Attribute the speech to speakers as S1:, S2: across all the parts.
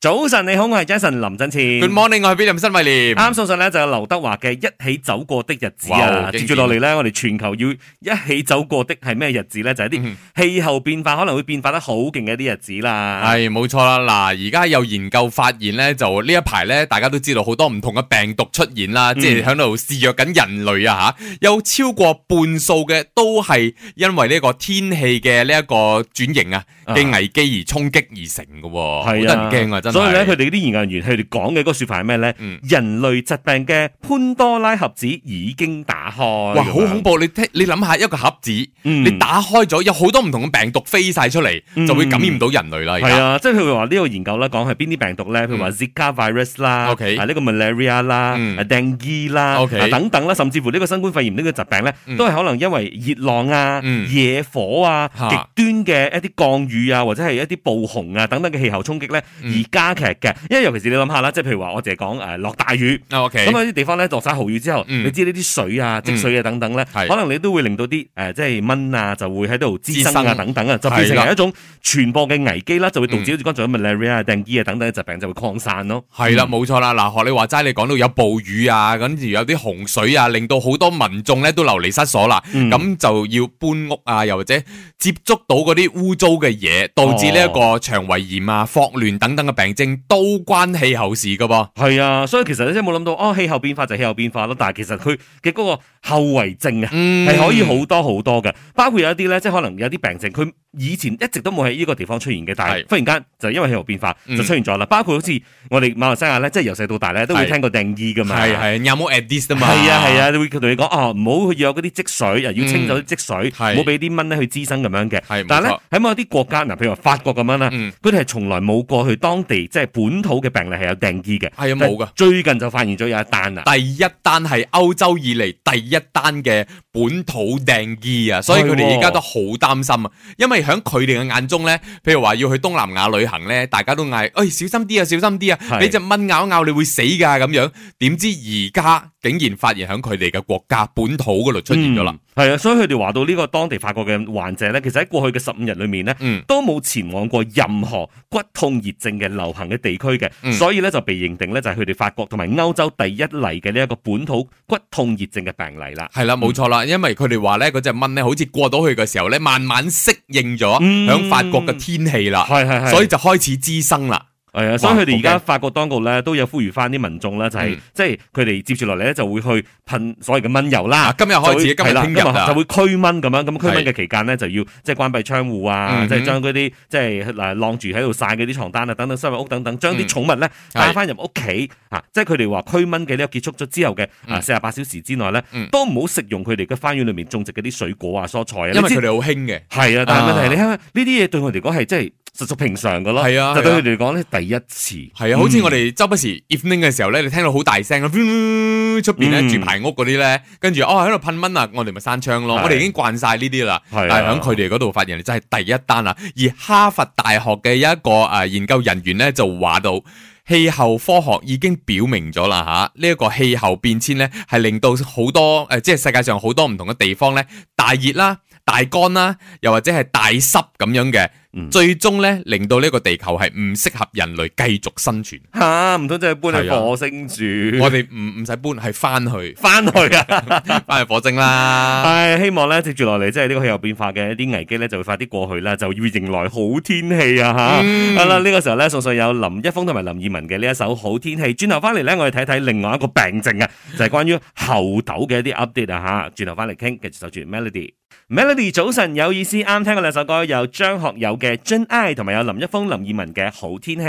S1: 早晨，你好，我係 Jason 林振前。
S2: Good morning，我係 William 新偉廉。
S1: 啱送上咧就有劉德華嘅《一起走過的日子》啊，
S2: 哇
S1: 接住落嚟咧，我哋全球要一起走過的係咩日子咧？就係啲
S2: 嗯
S1: 氣候變化可能會變化得好勁嘅一啲日子啦。
S2: 係冇錯啦，嗱，而家有研究發現咧，就呢一排咧，大家都知道好多唔同嘅病毒出現啦，
S1: 嗯
S2: 即係喺度肆虐緊人類啊吓，有超過半數嘅都係因為呢個天氣嘅呢一個轉型啊
S1: 啊
S2: 嘅危機而衝擊而成嘅喎，好得人驚啊，真係。
S1: 所以咧，佢哋啲研究人員佢哋講嘅嗰個說法係咩咧？
S2: 嗯
S1: 人類疾病嘅潘多拉盒子已經打開。
S2: 哇，好恐！怖！你聽，你諗下一個盒子，
S1: 嗯
S2: 你打開咗，有好多唔同嘅病毒飛晒出
S1: 嗯
S2: 嚟，就會感染到人類啦。
S1: 係
S2: 而家嗯
S1: 啊，即係佢話呢個研究啦，講係邊啲病毒咧？譬如話 Zika virus 啦，
S2: OK
S1: 啊呢個 malaria 啦，
S2: 嗯
S1: 啊 dengue 啦，
S2: OK
S1: 啊等等啦，甚至乎呢個新冠肺炎呢個疾病咧，都係可能因為熱浪啊、
S2: 嗯
S1: 野火啊、
S2: 嚇
S1: 極端嘅一啲降雨啊，或者係一啲暴洪啊等等嘅氣候衝擊咧而
S2: 嗯
S1: 加劇嘅。因為尤其是你諗下啦，即係譬如話我淨係講誒落大雨。
S2: 啊，OK，
S1: 咁有啲地方咧落晒豪雨之後，
S2: 嗯
S1: 你知呢啲水啊、積水啊等等咧，
S2: 係
S1: 可能你都會令到啲誒、呃即係蚊啊就會喺度滋生
S2: 滋
S1: 啊
S2: 生
S1: 等等啊，就變成
S2: 係啦
S1: 係一種傳播嘅危機啦，就會導致好似剛才 malaria 啊、dengue 啊等等嘅疾病就會擴散咯。
S2: 係啦，冇錯啦。嗱，學你話齋，你講到有暴雨啊，跟住有啲洪水啊，令到好多民眾咧都流離失所啦。
S1: 嗯
S2: 咁、就要搬屋啊，又或者接觸到嗰啲污糟嘅嘢，導致呢一
S1: 哦
S2: 個腸胃炎啊、霍亂等等嘅病症，都關氣候事噶噃。
S1: 係啊，所以其實你真係冇諗到，哦氣候變化就係氣候變化咯，但係其實佢嘅嗰個後遺症啊。
S2: 嗯
S1: 係可以好多好多嘅，包括有一啲咧，即係可能有啲病症，佢以前一直都冇喺呢個地方出現嘅，但係
S2: 係
S1: 忽然間就因為氣候變化就
S2: 嗯
S1: 出現咗啦。包括好似我哋馬來西亞咧，即係由細到大咧都會
S2: 係
S1: 聽過定義噶嘛，
S2: 係係有冇 at this 啊嘛？
S1: 係啊係啊，會同你講哦，唔好有嗰啲積水，啊又要清走啲積水，
S2: 係
S1: 唔好俾啲蚊咧去滋生咁樣嘅
S2: 係。
S1: 但係咧
S2: 冇錯
S1: 喺某啲國家，嗱譬如話法國咁樣啦，
S2: 嗯
S1: 佢哋係從來冇過去當地即係本土嘅病例係有定義嘅，
S2: 係啊冇㗎。
S1: 最近就發現咗有一單啦。
S2: 第一單係歐洲以嚟第一單嘅本土訂醫啊，所以佢
S1: 係喎
S2: 哋而家都好擔心啊，因為喺佢哋嘅眼中呢，譬如話要去東南亞旅行呢，大家都嗌，誒、小心啲啊，小心啲啊，
S1: 係
S2: 俾只蚊咬一咬你會死㗎咁樣。點知而家竟然發現喺佢哋嘅國家本土嗰度出現咗啦。
S1: 嗯，係啊，所以佢哋話到呢個當地法國嘅患者咧，其實喺過去嘅十五日裏面咧，
S2: 嗯
S1: 都冇前往過任何骨痛熱症嘅流行嘅地區嘅，
S2: 嗯
S1: 所以咧就被認定咧就係佢哋法國同埋歐洲第一例嘅呢一個本土骨痛熱症嘅病例啦。
S2: 係啦，冇錯啦，因為佢哋話呢，嗰只蚊呢，好似過到去嘅時候呢，慢慢適應咗
S1: 嗯
S2: 喺法國嘅天氣啦，
S1: 係係係，
S2: 啊所以就開始滋生啦。
S1: 係啊，
S2: 哇
S1: 所以佢哋而家
S2: 好驚
S1: 法國當局咧都有呼籲翻啲民眾啦，就係
S2: 嗯
S1: 即係佢哋接住落嚟咧就會去噴所謂嘅蚊油啦
S2: 啊。今日開
S1: 就
S2: 始今
S1: 會係
S2: 日
S1: 啦
S2: 聽日啊
S1: 就會驅蚊咁樣。咁驅蚊
S2: 係
S1: 嘅期間咧就要即係關閉窗戶啊，
S2: 嗯
S1: 即係將嗰啲即係嗱晾住喺度曬嗰啲床單啊，等等收入屋等等，將啲
S2: 嗯
S1: 寵物咧
S2: 係
S1: 帶翻入屋企啊。即係佢哋話驅蚊嘅呢個結束咗之後嘅啊
S2: 嗯
S1: 四十八小時之內咧
S2: 嗯，
S1: 都唔好食用佢哋嘅花園裏面種植嗰啲水果啊、蔬菜啊，
S2: 因
S1: 你
S2: 為
S1: 知
S2: 佢哋好興嘅。
S1: 係啊，但係問題係
S2: 啊
S1: 你睇下呢啲嘢對我哋嚟講係真係實屬平常噶咯。
S2: 係啊
S1: 就
S2: 係
S1: 對
S2: 啊
S1: 佢哋嚟講咧第一次。
S2: 係啊，好似我哋周不時 evening 嘅時候咧，你聽到好大聲啊，出邊
S1: 嗯
S2: 咧住排屋嗰啲咧，跟住哦喺度噴蚊啊，我哋咪閂窗咯。
S1: 係
S2: 我哋已經慣晒呢啲啦，
S1: 係啊
S2: 但係喺佢哋嗰度發現真係第一單啦。而哈佛大學嘅一個誒研究人員咧就話到。氣候科學已經表明咗啦吓，呢、一個氣候變遷咧係令到好多誒、呃即係世界上好多唔同嘅地方咧，大熱啦、大乾啦，又或者係大濕咁樣嘅，
S1: 嗯
S2: 最終咧令到呢個地球係唔適合人類繼續生存。
S1: 吓，唔通真係搬去火星住？
S2: 啊我哋唔唔使搬，係翻 去
S1: 翻去啊！
S2: 翻去火星啦。
S1: 唉，希望咧接住落嚟，即係呢個氣候變化嘅一啲危機咧，就會快啲過去啦，就要迎來好天氣啊！
S2: 嗯
S1: 吓，好啦，呢個時候咧，送上有林一峰同埋林二汶嘅呢一首《好天氣》。轉頭翻嚟咧，我哋睇睇另外一個病症啊，就係關於猴痘嘅一啲 update 啊！吓，轉頭翻嚟傾，繼續守住 Melody。Melody 早晨有意思，啱聽過兩首歌，有張學友嘅《真愛》，同埋有林一峰、林二汶嘅《好天氣》。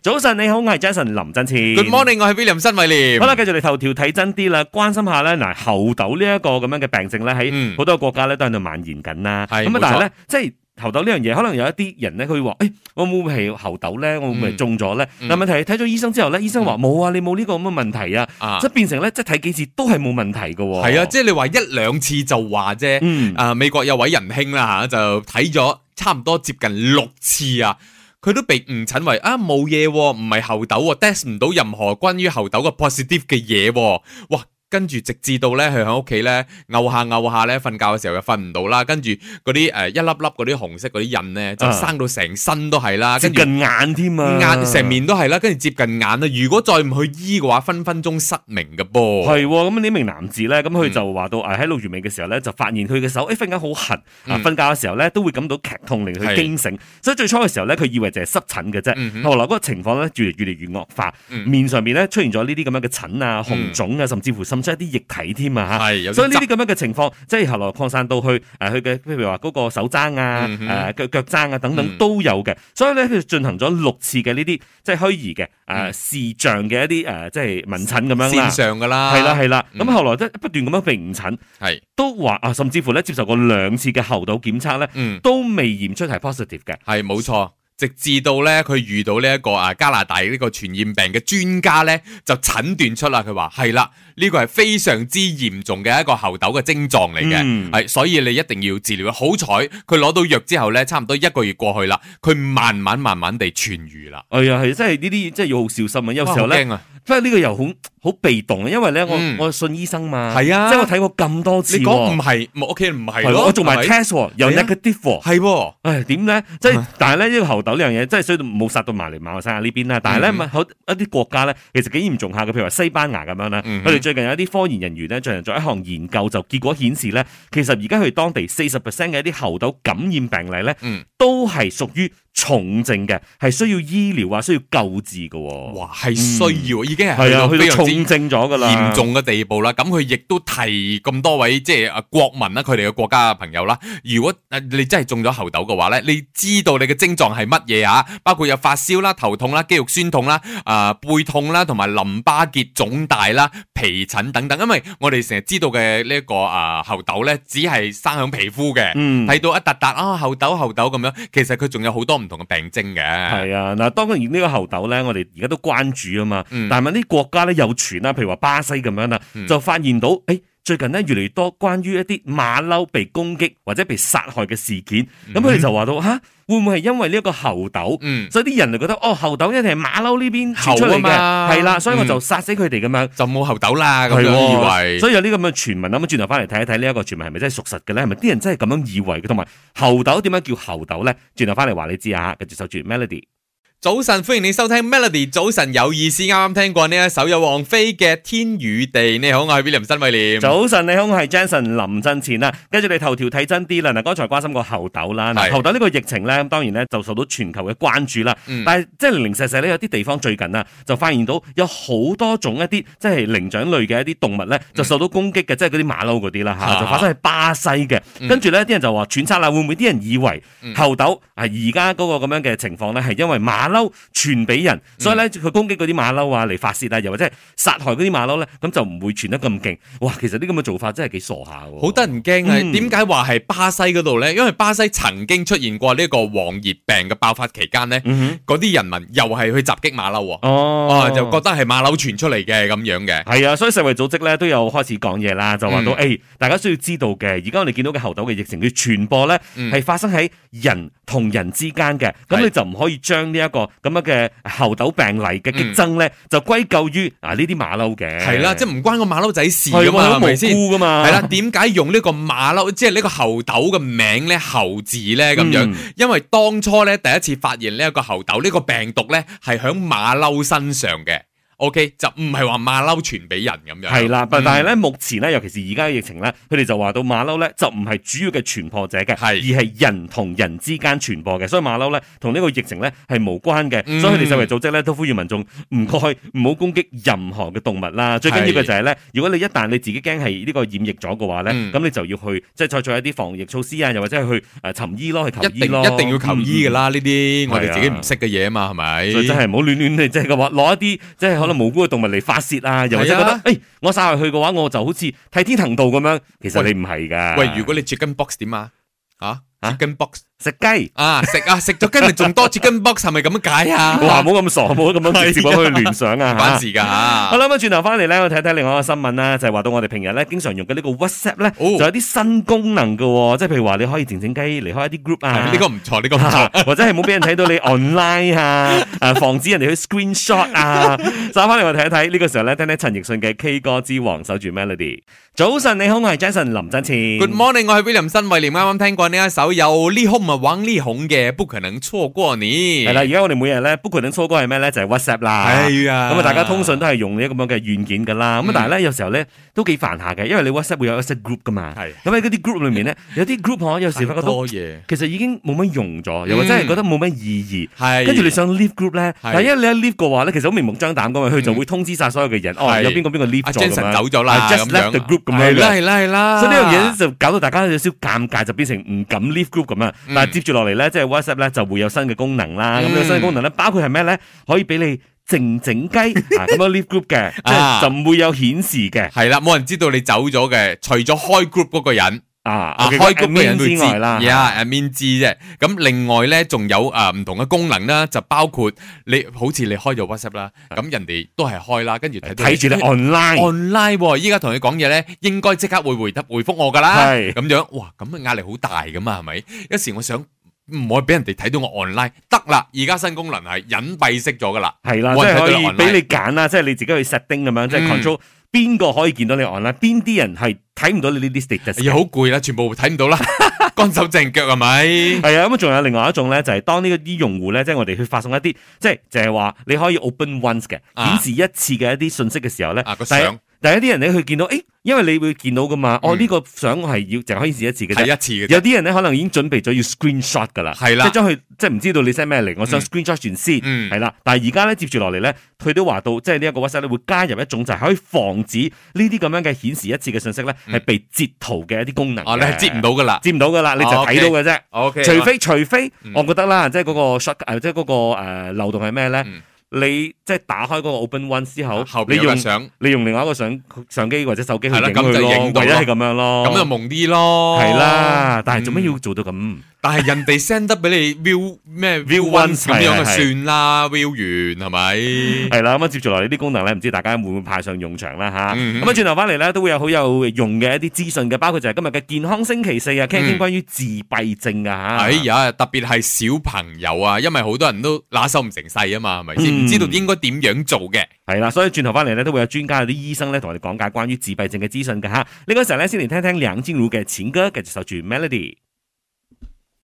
S1: 早晨你好，我係 Jason 林振前。
S2: Good morning，我係 William 新偉廉。
S1: 好啦，繼續嚟頭條睇真啲啦，關心下咧，嗱猴痘呢一個咁樣嘅病症咧，喺
S2: 嗯
S1: 好多國家咧都喺度蔓延緊啦。
S2: 係
S1: 咁啊
S2: 冇，錯
S1: 但係咧，即係猴痘呢樣嘢，可能有一啲人咧，佢會話：，誒、我會唔會係猴痘咧？我會唔會係
S2: 嗯
S1: 中咗咧？
S2: 嗯
S1: 但問題係睇咗醫生之後咧，醫生話冇啊，你冇呢個咁嘅問題啊，
S2: 啊
S1: 即，係變成咧，即係睇幾次都係冇問題嘅喎、
S2: 係啊，即係你話一兩次就話啫。
S1: 嗯，
S2: 啊，美國有位仁兄啦嚇，就睇咗差唔多接近六次啊，佢都被誤診為啊冇嘢喎，唔係猴痘喎，test 唔到任何關於猴痘嘅 positive 嘅嘢喎，哇！跟住直至到咧佢喺屋企咧漚下漚下咧，瞓覺嘅時候又瞓唔到啦，跟住嗰啲誒一粒粒嗰啲紅色嗰啲印咧，就
S1: 啊
S2: 生到成身都係啦，
S1: 接
S2: 跟住。
S1: 近眼添啊，
S2: 眼成。面都係啦，跟住接近眼啦。如果再唔去醫嘅話，分分鐘失明嘅
S1: 系
S2: 噃。
S1: 喎，咁呢名男子咧，咁
S2: 嗯
S1: 佢就話到，誒喺六月尾嘅時候咧，就發現佢嘅手，誒忽然間好痕，啊
S2: 嗯
S1: 瞓覺嘅時候咧都會感到劇痛，令佢
S2: 係
S1: 驚醒。所以最初嘅時候咧，佢以為就係濕疹嘅啫。
S2: 嗯哼
S1: 後來嗰個情況咧，越嚟越嚟越惡化，
S2: 嗯
S1: 面上面咧出現咗呢啲咁樣嘅疹啊、紅
S2: 嗯
S1: 腫啊，甚至乎滲出一啲液體添啊嚇。
S2: 係有
S1: 所以呢啲
S2: 啲
S1: 咁樣嘅情況，即係後來擴散到去誒佢嘅，譬如話嗰個手踭啊、
S2: 嗯哼
S1: 誒腳腳踭啊等等
S2: 嗯
S1: 都有嘅。所以咧，佢進行咗六次嘅呢啲即係虛擬嘅誒
S2: 嗯
S1: 視像嘅一啲誒即係問診咁樣
S2: 線
S1: 啦。
S2: 上噶啦，
S1: 係啦係啦，咁
S2: 嗯
S1: 後來都不斷咁樣被誤診，
S2: 係
S1: 都話啊，甚至乎咧接受過兩次嘅喉道檢測咧，
S2: 嗯
S1: 都未驗出係 positive 嘅。
S2: 係冇錯。直至到咧佢遇到呢一個啊加拿大呢個傳染病嘅專家咧，就診斷出啦。佢話係啦，呢個係非常之嚴重嘅一個喉痘嘅症狀嚟嘅。
S1: 嗯
S2: 係，所以你一定要治療。好彩佢攞到藥之後咧，差唔多一個月過去啦，佢慢慢慢慢地痊愈啦。
S1: 哎呀，係真係呢啲真係要好小心啊！有時
S2: 哇
S1: 候
S2: 好
S1: 咧，
S2: 驚啊，
S1: 不過呢個又好好被動啊，因為咧我
S2: 嗯
S1: 我信醫生嘛，
S2: 係啊
S1: 即係我睇過咁多次
S2: 你講唔
S1: 喎，
S2: 係，我屋企人唔係
S1: 係咯，
S2: 咯，
S1: 我做埋
S2: 係咪
S1: test 喎又
S2: 係啊啊
S1: negative 喎。
S2: 係喎，
S1: 唉，點咧？即係，但係咧，呢個猴痘呢樣嘢，真係衰到冇殺到埋嚟馬來西亞呢邊啦。但係咧，
S2: 嗯
S1: 咪好一啲國家咧，其實幾嚴重下嘅，譬如話西班牙咁樣啦。
S2: 嗯
S1: 佢哋最近有一啲科研人員咧進行咗一項研究，就結果顯示咧，其實而家佢哋當地四十 percent 嘅一啲猴痘感染病例咧，
S2: 嗯，
S1: 都係屬於重症嘅，係需要醫療啊，需要救治嘅喎。
S2: 哇，係需要，已經係
S1: 係
S2: 去
S1: 啊，
S2: 到
S1: 去
S2: 非
S1: 到
S2: 常之
S1: 重症咗㗎啦，
S2: 嚴重嘅地步啦。咁佢亦都提咁多位即係啊國民啦，佢哋嘅國家嘅朋友啦。如果啊你真係中咗猴痘嘅話咧，你知道你嘅症狀係乜嘢啊？包括有發燒啦、頭痛啦、肌肉酸痛啦、啊、背痛啦，同埋淋巴結腫大啦、皮疹等等。因為我哋成日知道嘅呢一個啊猴痘咧，只係生響皮膚嘅。
S1: 嗯。
S2: 睇到一笪笪啊，猴痘猴痘咁樣，其實佢仲有好多唔同嘅病徵嘅。
S1: 係啊，嗱，當然呢個猴痘咧，我哋而家都關注啊嘛。
S2: 嗯
S1: 但係呢啲國家咧有傳啊啦，譬如話巴西咁樣啦，
S2: 嗯
S1: 就發現到誒。欸最近咧越嚟越多關於一啲馬騮被攻擊或者被殺害嘅事件，咁佢哋就話到吓、會唔會係因為呢一個猴痘？
S2: 嗯，
S1: 所以啲人就覺得哦，猴痘一定係馬騮呢邊傳出嚟
S2: 猴啊
S1: 嘅，
S2: 嘛
S1: 係啦，所以我就
S2: 嗯
S1: 殺死佢哋咁樣。
S2: 就冇猴痘啦，咁
S1: 係
S2: 樣以
S1: 喎，
S2: 為。
S1: 所以有呢咁嘅傳聞，咁轉頭翻嚟睇一睇呢一個傳聞係咪真係屬實嘅咧？係咪啲人真係咁樣以為嘅？同埋猴痘點樣叫猴痘咧？轉頭翻嚟話你知啊，繼續守住 Melody。
S2: 早晨，歡迎你收聽 Melody。早晨有意思，啱啱聽過呢一首有王菲嘅《天與地》。你好，我係 William 新偉廉。
S1: 早晨，你好，我係 Jason 林振前啦。跟住你頭條睇真啲啦。嗱，剛才關心過猴痘啦，嗱，
S2: 係
S1: 猴痘呢個疫情咧，咁當然咧就受到全球嘅關注啦。
S2: 嗯
S1: 但係即係零零舍舍咧，有啲地方最近啊，就發現到有好多種一啲即係靈長類嘅一啲動物咧，就受到攻擊嘅，即係嗰啲馬騮嗰啲啦嚇，
S2: 嗯啊
S1: 就發生喺巴西嘅。
S2: 嗯
S1: 跟住咧，啲人就話揣測啦，會唔會啲人以為
S2: 嗯
S1: 猴痘係而家嗰個咁樣嘅情況咧，係因為馬騮傳俾
S2: 嗯
S1: 人，所以咧佢攻擊嗰啲馬騮啊嚟發泄啊，又或者係殺害嗰啲馬騮咧，咁就唔會傳得咁勁。哇，其實呢咁嘅做法真係幾傻下喎，
S2: 好得人驚啊！
S1: 嗯
S2: 點解話係巴西嗰度呢？因為巴西曾經出現過呢個黃熱病嘅爆發期間呢，
S1: 嗯
S2: 嗰啲人民又係去襲擊馬騮喎，
S1: 哼，哦
S2: 哦，就覺得係馬騮傳出嚟嘅咁樣嘅。
S1: 係啊，所以世衛組織咧都有開始講嘢啦，就話到誒、
S2: 嗯
S1: 欸大家需要知道嘅，而家我哋見到嘅猴痘嘅疫情，佢傳播咧係、
S2: 嗯
S1: 發生喺人同人之間嘅，咁
S2: 係
S1: 你就唔可以將呢一個咁樣嘅猴痘病例嘅激增咧，就歸咎於啊呢啲馬騮嘅，
S2: 嗯係啦，即係唔關個馬騮仔事
S1: 係
S2: 噶
S1: 喎
S2: 嘛，係咪
S1: 好啊
S2: 先？
S1: 無辜噶嘛，
S2: 係啦，點解用呢個馬騮，即係呢個猴豆嘅名咧，猴字咧咁樣？
S1: 嗯
S2: 因為當初咧第一次發現呢一個猴豆呢、個病毒咧係響馬騮身上嘅，OK 就唔係話馬騮傳俾人咁樣。
S1: 係啦，但
S2: 嗯
S1: 但係咧，目前咧，尤其是而家嘅疫情咧，佢哋就話到馬騮咧就唔係主要嘅傳播者嘅，
S2: 係
S1: 而係人同人之間傳播嘅，所以馬騮咧同呢個疫情咧係無關嘅，
S2: 嗯
S1: 所以佢哋世衞組織咧都呼籲民眾唔該唔好攻擊任何嘅動物啦。最緊要嘅就係咧，如果你一旦你自己驚係呢個染疫咗嘅話咧，
S2: 嗯
S1: 咁你就要去即係採取一啲防疫措施啊，又或者係去誒尋醫咯，去求
S2: 一
S1: 醫
S2: 定
S1: 咯，
S2: 一定要求醫
S1: 嗯。
S2: 噶
S1: 嗯
S2: 啦，呢啲我哋自己
S1: 係啊
S2: 唔識嘅嘢啊嘛，係咪？
S1: 所以真係唔好亂亂地，即係嘅話攞一啲即係可能無辜嘅動物嚟發泄啊，又或者覺得
S2: 係
S1: 誒
S2: 啊、
S1: 哎我殺害佢嘅話，我就好似替天行道咁樣。其實你唔係㗎。
S2: 喂，如果你 chicken box 點啊？吓 chicken box
S1: 食雞。
S2: 啊，食啊食咗跟住仲多 chicken box 係咪咁解啊？
S1: 哇！冇咁傻，冇咁 樣直接咁去聯想啊！
S2: 關事
S1: 好
S2: 㗎，
S1: 啦，咁啊轉頭翻嚟咧，我睇睇另外一個新聞啦，就係話到我哋平日咧經常用嘅呢個 WhatsApp 咧，
S2: 哦
S1: 就有啲新功能嘅喎，即係譬如話你可以靜靜雞離開一啲 group 啊，
S2: 呢個唔錯，呢個唔錯。
S1: 啊 或者係冇俾人睇到你 online 啊， 誒防止人哋去 screenshot 啊。稍翻嚟我睇一睇，呢個時候咧聽聽陳奕迅嘅《K 歌之王》守住 Melody。早晨你好，我係 Jason 林振前。
S2: Good morning，我係 William 新慧廉，啱啱聽過呢一首有呢空咪玩呢孔嘅，不可能錯過你。
S1: 係啦，而家我哋每日咧 book 緊初哥係咩咧？就係 WhatsApp 啦。
S2: 係啊嗯
S1: 咁啊，大家通訊都係用呢啲咁樣嘅軟件㗎啦。咁啊，但係咧有時候咧都幾煩下嘅，因為你 WhatsApp 會有 WhatsApp group 㗎嘛。
S2: 係
S1: 咁喺嗰啲 group 裏面咧，有啲 group 可有時發覺到
S2: 多嗯嘢，
S1: 其實已經冇乜用咗，又或者係覺得冇乜意義。
S2: 係
S1: 跟住你想 leave group 咧，
S2: 係
S1: 但係因為你一 leave 嘅話咧，其實好明目張膽㗎嘛，佢就會通知晒所有嘅人，哦，
S2: 係
S1: 有邊個邊個 leave
S2: 阿
S1: 咗咁
S2: Jason
S1: 樣
S2: 走咗啦，
S1: 係，just
S2: 咁樣
S1: left the group 咁樣
S2: 係
S1: 嘅
S2: 啦係啦係啦。
S1: 所以呢樣嘢咧就搞到大家有少少尷尬，就變成唔敢 leave group 咁啊。
S2: 嗯
S1: 但係接住落嚟咧，即係 WhatsApp 咧就會有新嘅功能啦。咁呢個
S2: 嗯
S1: 新嘅功能咧，包括係咩咧？可以俾你靜靜 雞啊咁樣 leave group 嘅，即係
S2: 啊
S1: 就唔會有顯示嘅
S2: 係啦，冇人知道你走咗嘅，除咗開 group 嗰個人，
S1: 啊。
S2: 啊
S1: OK，
S2: 開 group 嘅
S1: admin
S2: 人會知
S1: 之外啦，
S2: 呀，admin 知啫。咁另外咧，仲有啊唔同嘅功能啦，就包括你好似你開咗 WhatsApp 啦，咁人哋都係開啦，跟住睇到
S1: 睇住你 online。
S2: online 喎，依家同你講嘢咧，應該即刻會回答回覆我噶啦，
S1: 係
S2: 咁樣，哇，咁啊壓力好大噶嘛，係咪？有時我想唔可以俾人哋睇到我 online，得啦，而家新功能係隱蔽式咗噶啦，
S1: 係啦，即
S2: 冇人
S1: 係
S2: 睇到
S1: 可
S2: 你
S1: 以
S2: online
S1: 俾你揀啦，即係你自己去 setting 咁樣，即係
S2: 嗯
S1: control 邊個可以見到你 online，邊啲人係睇唔到你呢啲 status
S2: 又
S1: 嘅。
S2: 好攰啦，全部睇唔 到啦，乾手淨腳係咪？
S1: 係啊，咁仲有另外一種咧，就係當呢個啲用戶咧，即係我哋去發送一啲，即係就係話你可以 open once 嘅
S2: 啊
S1: 顯示一次嘅一啲信息嘅時候咧，
S2: 啊個
S1: 但係
S2: 相
S1: 但係一啲人咧，佢見到，誒，因為你會見到噶嘛，哦
S2: 嗯
S1: 呢個相我係要淨係可以顯示一次嘅啫。
S2: 睇一次嘅啫，
S1: 有啲人咧可能已經準備咗要 screenshot 噶啦，
S2: 係啦
S1: 即係將佢即係唔知道你 send 咩嚟，我想
S2: 嗯
S1: screenshot 完先，
S2: 嗯
S1: 係啦。但係而家咧接住落嚟咧，佢都話到，即係呢一個 WhatsApp 咧會加入一種就係可以防止呢啲咁樣嘅顯示一次嘅信息咧係被截圖嘅一啲功能嘅。
S2: 嗯哦，你係接唔到噶啦
S1: 接唔到噶啦，你就
S2: 哦
S1: 睇
S2: ，OK
S1: 到嘅啫。
S2: ，OK，
S1: 除非除非
S2: 嗯，
S1: 我覺得啦，即係嗰個 short，誒即係嗰個誒漏洞係咩咧
S2: 嗯？啊
S1: 你即係打開嗰個 Open One 之後，
S2: 後
S1: 你
S2: 邊有
S1: 用
S2: 個相，
S1: 你用另外一個相相機或者手機去
S2: 係啦
S1: 影
S2: 咁
S1: 佢
S2: 就
S1: 咯，
S2: 影到
S1: 唯一
S2: 咯
S1: 係咁樣咯，
S2: 咁就蒙啲咯，
S1: 係啦。但係做咩
S2: 嗯
S1: 要做到咁？
S2: 但係人哋 send 得俾你 view 咩
S1: View
S2: view
S1: once，
S2: once 咁
S1: 係
S2: 樣
S1: 係
S2: 就算啦，view 完係咪？
S1: 係啦，咁啊接住落嚟呢啲功能咧，唔知大家會唔會派上用場啦吓。
S2: 嗯嗯
S1: 咁啊轉頭翻嚟咧，都會有好有用嘅一啲資訊嘅，包括就係今日嘅健康星期四啊，傾一傾
S2: 嗯
S1: 關於自閉症啊吓。
S2: 哎呀，特別係小朋友啊，因為好多人都拿手唔成勢啊嘛，係咪先？
S1: 嗯
S2: 唔知道應該點樣做嘅。
S1: 系啦，所以轉頭翻嚟咧，都會有專家、有啲醫生咧，同我哋講解關於自閉症嘅資訊嘅吓。呢、個時候咧，先嚟聽聽梁靜茹嘅《情歌》，繼續守住 Melody。